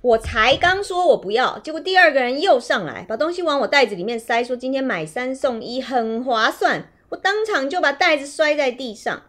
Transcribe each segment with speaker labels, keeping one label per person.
Speaker 1: 我才刚说我不要，结果第二个人又上来，把东西往我袋子里面塞，说今天买三送一很划算。我当场就把袋子摔在地上。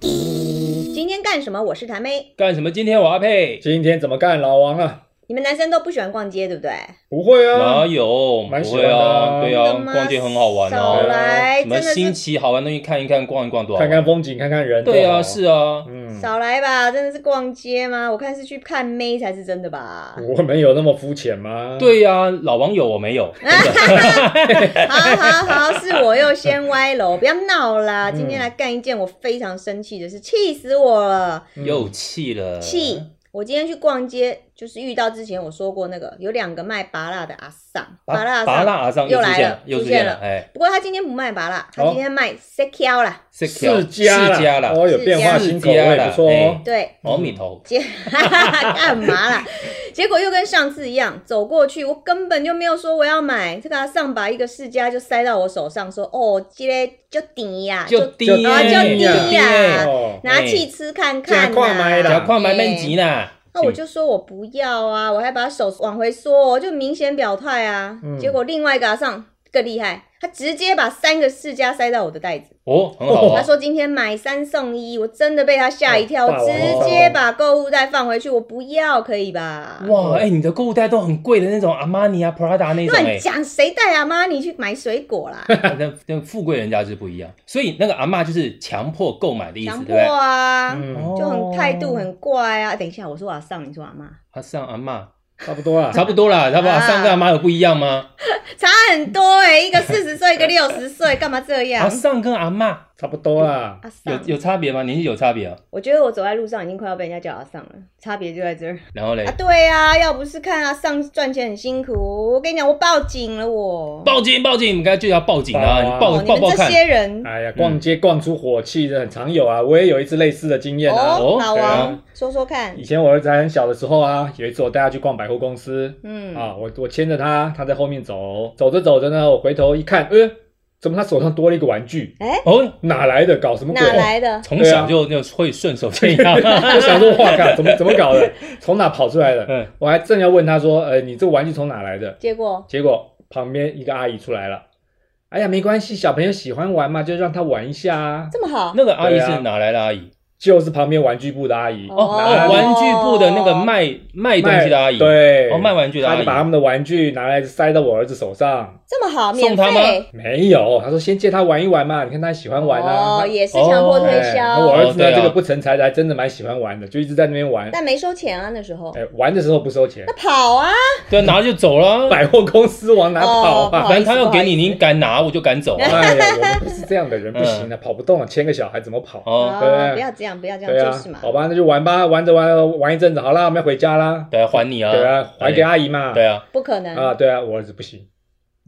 Speaker 1: 今天干什么？我是谭妹。
Speaker 2: 干什么？今天我要配？
Speaker 3: 今天怎么干，老王啊？
Speaker 1: 你们男生都不喜欢逛街，对不对？
Speaker 3: 不会
Speaker 2: 哪
Speaker 3: 啊，
Speaker 2: 有？
Speaker 3: 蛮
Speaker 2: 不
Speaker 3: 喜
Speaker 2: 会
Speaker 3: 欢的
Speaker 2: 啊，
Speaker 3: 啊
Speaker 2: 对
Speaker 1: 真
Speaker 2: 啊
Speaker 1: 的，吗
Speaker 2: 逛街很好玩
Speaker 1: 少
Speaker 2: 啊，
Speaker 1: 来，
Speaker 2: 什么
Speaker 1: 真的
Speaker 2: 新
Speaker 1: 是
Speaker 2: 奇好玩的东西看一看，逛一逛多好
Speaker 3: 看
Speaker 2: 玩。
Speaker 3: 看风景，看看人。
Speaker 2: 对
Speaker 3: 多好
Speaker 2: 啊，是啊，
Speaker 3: 嗯，
Speaker 1: 少来吧，真的是逛街吗？我看是去看妹才是真的吧。
Speaker 3: 我们有那么肤浅吗？，
Speaker 2: 对呀，老网友我没有，真的
Speaker 1: 好 好好，是我又先歪楼，不要闹啦！今天来干一件我非常生气的事，气死我了！
Speaker 3: 嗯
Speaker 2: 又气了，
Speaker 1: 气！我今天去逛街，就是遇到之前我说过那个有两个卖拔蜡的阿桑，
Speaker 2: 拔
Speaker 1: 蜡阿
Speaker 2: 拔
Speaker 1: 桑。
Speaker 2: 蜡阿上
Speaker 1: 又
Speaker 2: 又出
Speaker 1: 来
Speaker 2: 现
Speaker 1: 了
Speaker 2: 又
Speaker 1: 出
Speaker 2: 出
Speaker 1: 现
Speaker 2: 现了
Speaker 1: 了，
Speaker 2: 哎，
Speaker 1: 不过他今天不卖拔蜡，他
Speaker 3: 哦
Speaker 1: 今天卖 s e k i o 啦。
Speaker 2: 是
Speaker 3: 世家啦
Speaker 2: 世家啦，
Speaker 3: 哦，有变化
Speaker 1: 世
Speaker 3: 新口味，不
Speaker 2: 哎
Speaker 3: 错哦。
Speaker 1: 对，
Speaker 2: 毛米头，
Speaker 1: 结干嘛啦？结果又跟上次一样，走过去，我根本就没有说我要买这个阿桑，把一个世家就塞到我手上，说哦，这个就顶呀，
Speaker 2: 就低耶，
Speaker 1: 啊就低
Speaker 2: 就低耶
Speaker 1: 呀，
Speaker 3: 哦，
Speaker 1: 拿去吃看
Speaker 3: 哎
Speaker 1: 看
Speaker 3: 吃看
Speaker 1: 呐、
Speaker 3: 看啦
Speaker 2: 假
Speaker 3: 吃
Speaker 2: 矿买面钱啦，
Speaker 1: 那我就说我不要啊，我还把手往回缩、我就明显表态啊。
Speaker 3: 嗯
Speaker 1: 结果另外一个阿上更厉害，他直接把三个世家塞到我的袋子。
Speaker 2: 哦，很好
Speaker 1: 他
Speaker 2: 啊，
Speaker 1: 说今天买三送一，我真的被他吓一跳，
Speaker 3: 哦
Speaker 1: 我
Speaker 3: 霸王
Speaker 1: 直接把购物袋放回去，我不要，可以吧？
Speaker 2: 哇，哎，你的购物袋都很贵的那种阿玛尼啊、Prada 那种，哎
Speaker 1: 乱，讲，谁带阿妈你去买水果啦？
Speaker 2: 那那富贵人家是不一样，所以那个阿嬷就是强迫购买的意思，
Speaker 1: 强
Speaker 2: 对不
Speaker 1: 迫
Speaker 2: 对？
Speaker 1: 啊，
Speaker 3: 嗯，
Speaker 2: 哦
Speaker 1: 就很态度很怪啊。等一下，我说阿上，你说阿妈，
Speaker 2: 阿上阿嬷
Speaker 3: 差不多啦。
Speaker 2: 差不多啦，差不多。
Speaker 1: 啊
Speaker 2: 阿上跟阿妈有不一样吗？
Speaker 1: 差很多哎、一个四十岁，一个六十岁，干嘛这样
Speaker 2: 阿？啊上跟阿嬷
Speaker 3: 差不多啊啦。
Speaker 1: 阿啊上
Speaker 2: 有有差别吗？年纪有差别啊？
Speaker 1: 我觉得我走在路上已经快要被人家叫阿尚了，差别就在这儿
Speaker 2: 然后嘞
Speaker 1: 啊！，对啊，要不是看阿尚赚钱很辛苦，我跟你讲，我报警了我。
Speaker 2: 报警报警！你刚才就要报警
Speaker 3: 报
Speaker 2: 啊！
Speaker 3: 啊
Speaker 2: 你
Speaker 1: 哦
Speaker 2: 报
Speaker 1: 你
Speaker 2: 报
Speaker 1: 们
Speaker 2: 报
Speaker 1: 这
Speaker 2: 看，
Speaker 1: 些人
Speaker 3: 哎呀，
Speaker 2: 嗯
Speaker 3: 逛街逛出火气的很常有啊，我也有一次类似的经验啊。
Speaker 1: 哦
Speaker 2: 哦，
Speaker 1: 老
Speaker 3: 对啊
Speaker 1: 王说说看
Speaker 3: 以，前我儿子还很小的时候啊，有一次我带他去逛百货公司，
Speaker 1: 嗯，
Speaker 3: 啊，我我牵着他，他在后面走，走着走着呢，我回头一看，呃，怎么他手上多了一个玩具？
Speaker 2: 哦，
Speaker 3: 哪来的？搞什么鬼？
Speaker 1: 哪来的？
Speaker 2: 从小就就会顺手 这样。
Speaker 3: 我想说，哇靠，怎么怎么搞 的？从哪跑出来的？
Speaker 2: 嗯，
Speaker 3: 我还正要问他说，呃，你这个玩具从哪来的？
Speaker 1: 结果
Speaker 3: 结果旁边一个阿姨出来了，哎呀，没关系，小朋友喜欢玩嘛，就让他玩一下啊。
Speaker 1: 这么好，
Speaker 2: 那个阿姨
Speaker 3: 对啊
Speaker 2: 是哪来的阿姨？
Speaker 3: 就是旁边玩具部的阿姨，
Speaker 2: 哦，哦玩具部的那个卖卖东西的阿姨，，
Speaker 3: 对，
Speaker 2: 哦，卖玩具的
Speaker 3: 他
Speaker 2: 阿
Speaker 3: 就把他
Speaker 2: 姨，
Speaker 3: 们的玩具拿来塞到我儿子手上，
Speaker 1: 这么好，免
Speaker 2: 送他吗
Speaker 1: 费
Speaker 3: 没有，他说先借他玩一玩嘛，你看他喜欢玩啊。
Speaker 1: 哦，
Speaker 3: 他
Speaker 1: 也是强迫推
Speaker 3: 哎
Speaker 1: 销，
Speaker 3: 那我儿子
Speaker 2: 哦对
Speaker 3: 呢，
Speaker 2: 啊
Speaker 3: 这个不成才的，还真的蛮喜欢玩的，就一直在那边玩。
Speaker 1: 但没收钱啊那时候。
Speaker 3: 哎，玩的时候不收钱
Speaker 1: 那，跑啊，
Speaker 2: 对，拿了就走了。啊
Speaker 3: 百货公司往哪跑
Speaker 1: 哦
Speaker 3: 啊？
Speaker 2: 反正他要给你，
Speaker 1: 不好意思
Speaker 2: 你敢拿我就敢 走啊。
Speaker 3: 哎呀，我们不是这样的人，不行的，跑不动了，牵个小孩怎么跑？
Speaker 2: 哦，
Speaker 3: 对啊
Speaker 1: 不要这样，不要这
Speaker 3: 对
Speaker 1: 样，
Speaker 3: 啊
Speaker 1: 就是嘛，。
Speaker 3: 好吧，那就玩吧，玩着玩着玩一阵子，好啦，我们要回家啦。
Speaker 2: 对啊，还你啊，
Speaker 3: 对啊，还给阿姨嘛。
Speaker 2: 对啊，
Speaker 1: 不可能，
Speaker 3: 啊，对啊，我儿子不行，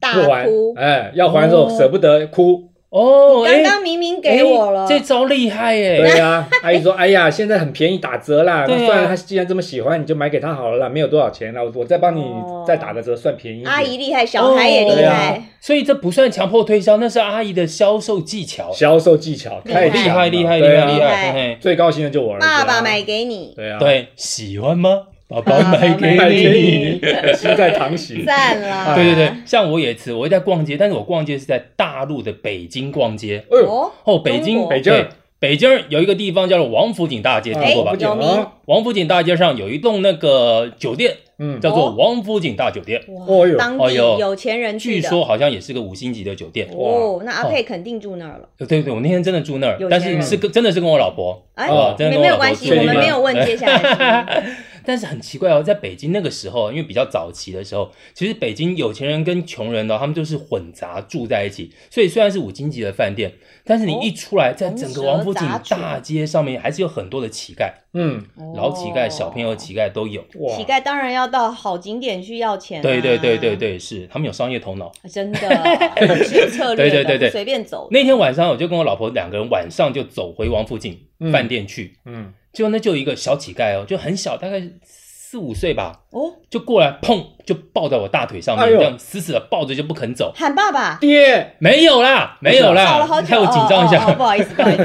Speaker 1: 大
Speaker 3: 不还
Speaker 1: 哭，。
Speaker 3: 哎，要还的时候舍不得哭。
Speaker 2: 哦，
Speaker 1: 刚
Speaker 2: 哎，
Speaker 1: 刚明明给我了，
Speaker 2: 哎这招厉害耶！
Speaker 3: 对啊，阿姨说，哎呀，现在很便宜，打折啦。
Speaker 2: 对啊
Speaker 3: 那算了，他既然这么喜欢，你就买给他好了啦，没有多少钱啦，我我再帮你
Speaker 1: 哦
Speaker 3: 再打个折，算便宜一点。
Speaker 1: 阿姨厉害，小孩也厉
Speaker 2: 哦
Speaker 1: 害，
Speaker 2: 所以这不算强迫推销，那是阿姨的销售技巧，
Speaker 3: 销售技巧
Speaker 1: 厉害
Speaker 3: 太
Speaker 2: 厉
Speaker 3: 强
Speaker 2: 害
Speaker 3: 了
Speaker 2: 厉害厉
Speaker 3: 对
Speaker 2: 害
Speaker 3: 啊
Speaker 2: 厉害！嘿
Speaker 3: 最高兴的就我儿子啊
Speaker 1: 爸爸买给你，
Speaker 3: 对啊，
Speaker 2: 对，喜欢吗？宝宝
Speaker 1: 爸爸
Speaker 2: 买给
Speaker 3: 买
Speaker 2: 你
Speaker 3: 给。你，心在淌血。
Speaker 1: 赞啦！
Speaker 2: 对对对，像我有一次，我会在逛街，但是我逛街是在大陆的北京逛街。
Speaker 3: 哎呦，
Speaker 1: 哦，
Speaker 2: 哦，北
Speaker 1: 中
Speaker 2: 京
Speaker 1: 国
Speaker 3: 北京
Speaker 2: 对北京有一个地方叫做王府井大街，听
Speaker 1: 哎
Speaker 2: 过吧
Speaker 3: 不？讲
Speaker 1: 有名
Speaker 3: 啊，
Speaker 2: 王府井大街上有一栋那个酒店，
Speaker 1: 哦
Speaker 3: 嗯，
Speaker 2: 叫做王府井大酒店。
Speaker 3: 哦呦
Speaker 1: 当
Speaker 2: 哎
Speaker 1: 地
Speaker 2: 呦
Speaker 1: 有钱人去
Speaker 2: 据
Speaker 1: 的。
Speaker 2: 说好像也是个五星级的酒店。
Speaker 1: 哦，那阿佩肯定住那儿了。
Speaker 2: 对对对，我那天真的住那儿
Speaker 1: 有，
Speaker 2: 但
Speaker 1: 钱
Speaker 2: 是
Speaker 1: 人
Speaker 2: 是跟真的是跟我老婆，
Speaker 1: 哎，
Speaker 3: 哦
Speaker 2: 真的
Speaker 1: 没
Speaker 2: 跟
Speaker 1: 没有
Speaker 2: 我老
Speaker 1: 关
Speaker 2: 婆
Speaker 1: 系，我
Speaker 2: 住一
Speaker 1: 们
Speaker 2: 个
Speaker 1: 没有问接下来的事 情。
Speaker 2: 但是很奇怪哦，在北京那个时候，因为比较早期的时候，其实北京有钱人跟穷人哦呢，他们就是混杂住在一起，所以虽然是五星级的饭店，但是你
Speaker 1: 哦
Speaker 2: 一出来，在整个王府井
Speaker 1: 龙蛇杂
Speaker 2: 大街上面还是有很多的乞丐，
Speaker 3: 嗯，
Speaker 2: 老乞丐、小朋友
Speaker 1: 哦乞
Speaker 2: 乞丐都有。
Speaker 3: 哇，
Speaker 1: 丐当然要到好景点去要钱啊。
Speaker 2: 对对对对对，是他们有商业头脑。
Speaker 1: 真 的，是有策略的，
Speaker 2: 对对对对
Speaker 1: 不随便走。
Speaker 2: 那天晚上，我就跟我老婆两个人晚上就走回王府井
Speaker 3: 嗯
Speaker 2: 饭店去，
Speaker 3: 嗯，
Speaker 2: 结果那就有一个小乞丐哦，就很小，大概四四五岁吧，
Speaker 1: 哦，
Speaker 2: 就过来砰就抱在我大腿上面，
Speaker 3: 哎呦
Speaker 2: 这样死死的抱着就不肯走。
Speaker 1: 喊爸爸。
Speaker 3: 爹，
Speaker 2: 没有啦，
Speaker 3: 啊
Speaker 2: 没有
Speaker 1: 吵了
Speaker 2: 啦
Speaker 1: 好，久，
Speaker 2: 害我紧张一
Speaker 1: 哦哦哦
Speaker 2: 下。
Speaker 1: 不好意思，不好 意思，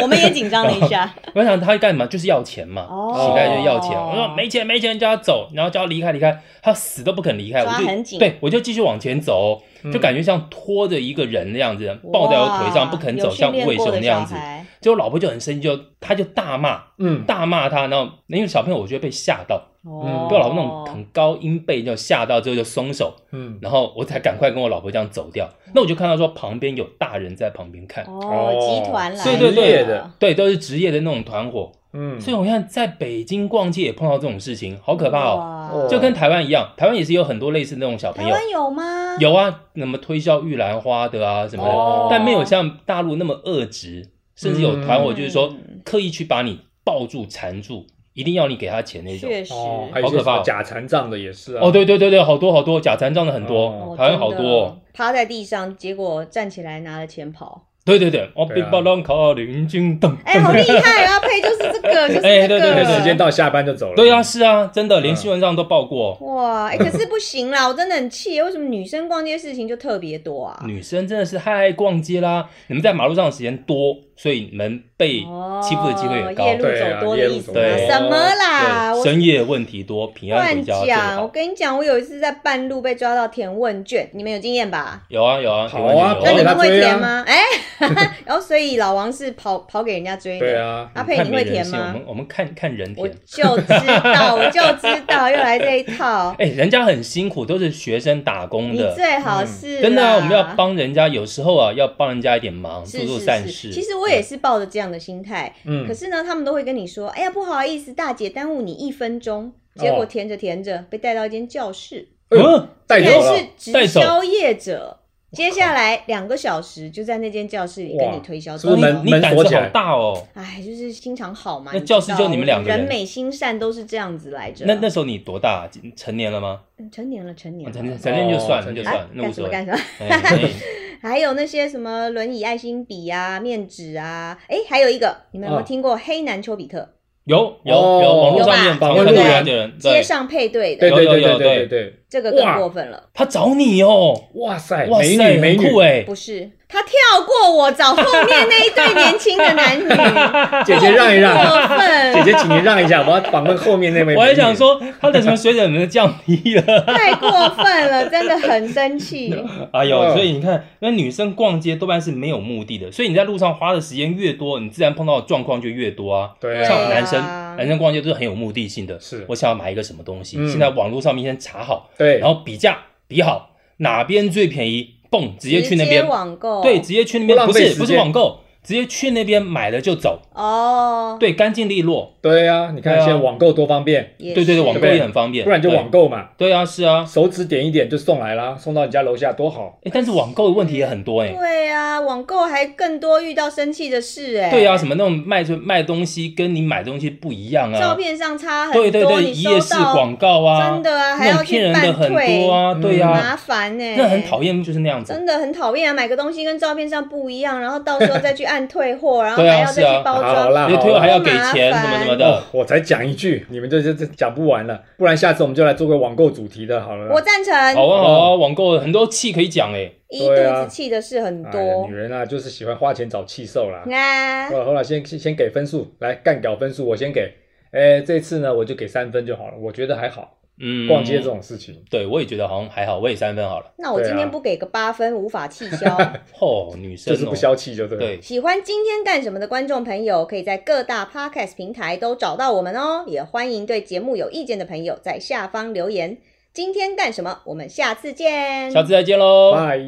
Speaker 1: 我们也紧张了一下。
Speaker 2: 我想他干嘛？就是要钱嘛，
Speaker 1: 哦
Speaker 2: 乞丐就是要钱。我说没钱没钱，叫他走，然后叫他离开离开，他死都不肯离开，
Speaker 1: 抓
Speaker 2: 我就
Speaker 1: 很紧
Speaker 2: 对我就继续往前走，
Speaker 3: 嗯
Speaker 2: 就感觉像拖着一个人那样子，抱在我腿上不肯走，
Speaker 1: 哇
Speaker 2: 像喂熊
Speaker 1: 有训
Speaker 2: 那样子
Speaker 1: 练过的小。孩
Speaker 2: 结果老婆就很生气，就他就大骂
Speaker 3: 嗯，
Speaker 2: 大骂他，然后因为小朋友我觉得被吓到，
Speaker 1: 哦，
Speaker 2: 嗯被我老婆那种很高音贝就吓到之后就松手，
Speaker 3: 嗯，
Speaker 2: 然后我才赶快跟我老婆这样走掉。那我就看到说旁边有大人在旁边看，
Speaker 1: 哦，集团来
Speaker 2: 对对对
Speaker 3: 职业的，
Speaker 2: 对，都是职业的那种团伙。
Speaker 3: 嗯，
Speaker 2: 所以我看在北京逛街也碰到这种事情，好可怕哦！
Speaker 1: 哇
Speaker 2: 就跟台湾一样，台湾也是有很多类似那种小朋
Speaker 1: 台
Speaker 2: 友，
Speaker 1: 湾有吗？
Speaker 2: 有啊，那么推销玉兰花的啊什么的，
Speaker 1: 哦
Speaker 2: 但没有像大陆那么恶质，甚至有团伙就是说
Speaker 1: 嗯
Speaker 2: 刻意去把你抱住缠住，一定要你给他钱那种。
Speaker 1: 确实，
Speaker 3: 哦，还有一
Speaker 2: 好
Speaker 3: 些
Speaker 2: 可怕哦
Speaker 3: 假残障的也是啊，
Speaker 2: 哦，，对对对对，好多好多假残障的很多，
Speaker 3: 哦
Speaker 2: 台湾好多、哦。
Speaker 1: 真的趴在地上，结果站起来拿了钱跑。
Speaker 2: 对对对，我
Speaker 3: 对
Speaker 2: 被
Speaker 3: 啊
Speaker 2: 巴浪卡林金等。
Speaker 1: 哎，好厉害啊！配就是这 个，就是这
Speaker 2: 哎
Speaker 1: 个
Speaker 2: 对对
Speaker 3: 那
Speaker 2: 对
Speaker 3: 时间到下班就走了，
Speaker 2: 对啊，，是啊，真的，连
Speaker 3: 嗯
Speaker 2: 新闻上都报过。
Speaker 1: 哇，哎，可是不行啦，我真的很气，为什么女生逛街事情就特别多啊？
Speaker 2: 女生真的是太爱逛街啦，你们在马路上的时间多，所以你们被欺负的机会也高。
Speaker 1: 哦夜路
Speaker 2: 对
Speaker 1: 走多的意思吗？
Speaker 2: 对啊夜路走多
Speaker 1: 什么啦？我
Speaker 2: 深夜问题多，平安回
Speaker 1: 乱
Speaker 2: 家最
Speaker 1: 讲！我
Speaker 2: 好。
Speaker 1: 跟你讲，我有一次在半路被抓到填问卷，你们有经验吧？
Speaker 2: 有啊有啊，
Speaker 3: 好啊
Speaker 2: 有问
Speaker 1: 那
Speaker 2: 题
Speaker 3: 那给
Speaker 1: 你
Speaker 2: 有
Speaker 3: 他
Speaker 1: 们会
Speaker 3: 追啊
Speaker 1: 填吗？哎，然后所以老王是跑跑给人家追的。
Speaker 3: 对啊，
Speaker 1: 阿
Speaker 2: 我们
Speaker 1: 佩，
Speaker 2: 看
Speaker 1: 你
Speaker 2: 没
Speaker 1: 会
Speaker 2: 人
Speaker 1: 填
Speaker 2: 性，我
Speaker 1: 吗？
Speaker 2: 们我们看看人
Speaker 1: 我
Speaker 2: 填。
Speaker 1: 就知道，我就知道，又来这一 套。
Speaker 2: 哎，人家很辛苦，都是学生打工
Speaker 1: 你
Speaker 2: 的，
Speaker 1: 最好是啦
Speaker 2: 真的啊，我们要帮人家，有时候啊要帮人家一点忙，
Speaker 1: 是
Speaker 2: 做做
Speaker 1: 是
Speaker 2: 善
Speaker 1: 是
Speaker 2: 事。嗯
Speaker 1: 其实我也是抱着这样的心态，
Speaker 3: 嗯
Speaker 1: 可，是呢，他们都会跟你说：“哎呀，不好意思，大姐耽误你一分钟。”结
Speaker 2: 哦
Speaker 1: 果填着填着被带到一间教室，
Speaker 2: 嗯，
Speaker 3: 哎带
Speaker 1: 竟然
Speaker 3: 走了，
Speaker 1: 是直销业者。接下来两个小时就在那间教室里跟你推销
Speaker 3: 哇是不
Speaker 1: 东
Speaker 3: 是
Speaker 1: 西。
Speaker 3: 门
Speaker 2: 你你胆
Speaker 3: 门锁起
Speaker 2: 子
Speaker 3: 来
Speaker 2: 好大哦。
Speaker 1: 哎，就是心肠好嘛。
Speaker 2: 那
Speaker 1: 你知道
Speaker 2: 教室就你们两个人
Speaker 1: 人美心善都是这样子来着。
Speaker 2: 那那时候你多大？成年了吗？
Speaker 1: 嗯成年了，成年了，
Speaker 2: 哦成年成年就算了，就算
Speaker 1: 啊
Speaker 2: 了，，那无
Speaker 1: 干什
Speaker 2: 所
Speaker 1: 么
Speaker 2: 谓。
Speaker 1: 干什么？
Speaker 2: 哎哎
Speaker 1: 还有那些什么轮椅爱心笔啊、面纸啊，哎，还有一个，你们有没有
Speaker 3: 嗯
Speaker 1: 听过黑南丘比特？
Speaker 2: 有 有
Speaker 3: 哦
Speaker 2: 有，网络
Speaker 1: 有吧
Speaker 2: 上面
Speaker 3: 访
Speaker 2: 常
Speaker 3: 问
Speaker 2: 看
Speaker 3: 路
Speaker 2: 到
Speaker 1: 人
Speaker 2: 这些人，
Speaker 1: 街
Speaker 2: 对，
Speaker 1: 上配对
Speaker 3: 对
Speaker 1: 的，
Speaker 3: 对
Speaker 2: 有
Speaker 3: 对
Speaker 2: 有
Speaker 3: 对
Speaker 2: 有
Speaker 3: 对对对，
Speaker 1: 这个更
Speaker 3: 哇
Speaker 1: 过分了。
Speaker 2: 他找你哦，
Speaker 3: 哇塞，
Speaker 2: 哇
Speaker 3: 哎美
Speaker 2: 塞，
Speaker 3: 女美
Speaker 2: 很
Speaker 3: 女，
Speaker 2: 酷哎，
Speaker 1: 不是，他跳过我，找后面那一对年轻的男女，
Speaker 3: 姐姐让一让，
Speaker 1: 过分，
Speaker 3: 姐姐请您让一下，我要访问后面那位，
Speaker 2: 我还想，说他的什么水准能降低 了，
Speaker 1: 太过分了，真的很生气。
Speaker 2: 哎呦，
Speaker 3: 嗯
Speaker 2: 所以你看，那女生逛街多半是没有目的的，所以你在路上花的时间越多，你自然碰到的状况就越多啊。
Speaker 3: 对
Speaker 2: 像
Speaker 1: 对啊
Speaker 3: 啊，
Speaker 2: 男生，男生逛街都是很有目的性的，
Speaker 3: 是
Speaker 2: 我想要买一个什么东西，
Speaker 3: 嗯
Speaker 2: 现在网络上面先查好，
Speaker 3: 对，
Speaker 2: 然后比价比好，哪边最便宜，蹦 直接去那
Speaker 1: 直
Speaker 2: 边
Speaker 1: 接，网购，
Speaker 2: 对，直接去那
Speaker 3: 不
Speaker 2: 边，
Speaker 3: 浪
Speaker 2: 不
Speaker 3: 费时
Speaker 2: 是
Speaker 3: 间
Speaker 2: 不是网购，直接去那边买了就走，
Speaker 1: 哦，
Speaker 2: 对，干净利落，
Speaker 3: 对啊，你看
Speaker 2: 对啊
Speaker 3: 现在网购多方便，
Speaker 1: 对
Speaker 2: 对对对，网购
Speaker 3: 对
Speaker 2: 也很方便，
Speaker 3: 不然就
Speaker 2: 对
Speaker 3: 网购嘛，
Speaker 2: 对啊，是啊，
Speaker 3: 手指点一点就送来啦，送到你家楼下多好。
Speaker 2: 哎，但是网购的问题也很多哎、
Speaker 1: 对啊，网购还更多遇到生气的事哎、
Speaker 2: 对啊，什么那种卖出卖东西跟你买东西不一样
Speaker 1: 照
Speaker 2: 啊，
Speaker 1: 片上差很多，
Speaker 2: 对对对，
Speaker 1: 你
Speaker 2: 一
Speaker 1: 收
Speaker 2: 夜市
Speaker 1: 到
Speaker 2: 广告啊，
Speaker 1: 真的啊，还
Speaker 2: 那
Speaker 1: 要
Speaker 2: 种骗
Speaker 1: 去
Speaker 2: 人
Speaker 1: 办
Speaker 2: 的很
Speaker 1: 退，
Speaker 2: 多啊，
Speaker 3: 嗯
Speaker 2: 对
Speaker 1: 麻
Speaker 2: 啊，
Speaker 1: 烦呢、
Speaker 2: 那很讨厌，就是那样子。
Speaker 1: 真的很讨厌啊！买个东西跟照片上不一样，然后到时候再去按退货，然后
Speaker 2: 对啊
Speaker 1: 还要再
Speaker 2: 是啊
Speaker 1: 去包
Speaker 3: 好
Speaker 1: 装。
Speaker 3: 啦，
Speaker 2: 因为
Speaker 3: 好
Speaker 2: 推
Speaker 3: 啦
Speaker 2: 还要给
Speaker 1: 麻
Speaker 2: 钱
Speaker 1: 烦
Speaker 2: 什么什么
Speaker 3: 哦
Speaker 2: 的，，
Speaker 3: 我才讲一句，你们这这这讲不完了，不然下次我们就来做个网购主题的好了啦。
Speaker 1: 我赞成，
Speaker 2: 好啊好啊，网购很多气可以讲哎，
Speaker 1: 一肚
Speaker 3: 对啊
Speaker 1: 子气的事很
Speaker 3: 哎呀
Speaker 1: 多
Speaker 3: 女。人啊，就是喜欢花钱找气受啦。
Speaker 1: 啊
Speaker 3: 好，了好了，先先先给分数，来干掉分数，我先给。哎，这次呢，我就给三分就好了，我觉得还好。
Speaker 2: 嗯，
Speaker 3: 逛街这，种事情，
Speaker 2: 对我也觉得好像还好，我也三分好了。
Speaker 1: 那我今
Speaker 3: 对啊
Speaker 1: 天不给个八分，无法气消。
Speaker 2: 哦，女生
Speaker 3: 就是
Speaker 2: 哦
Speaker 3: 不消气就对了。
Speaker 2: 对，
Speaker 1: 喜欢今天干什么的观众朋友，可以在各大 podcast 平台都找到我们哦。也欢迎对节目有意见的朋友在下方留言。今天干什么？我们下次见。
Speaker 2: 下次再见喽，
Speaker 3: 拜。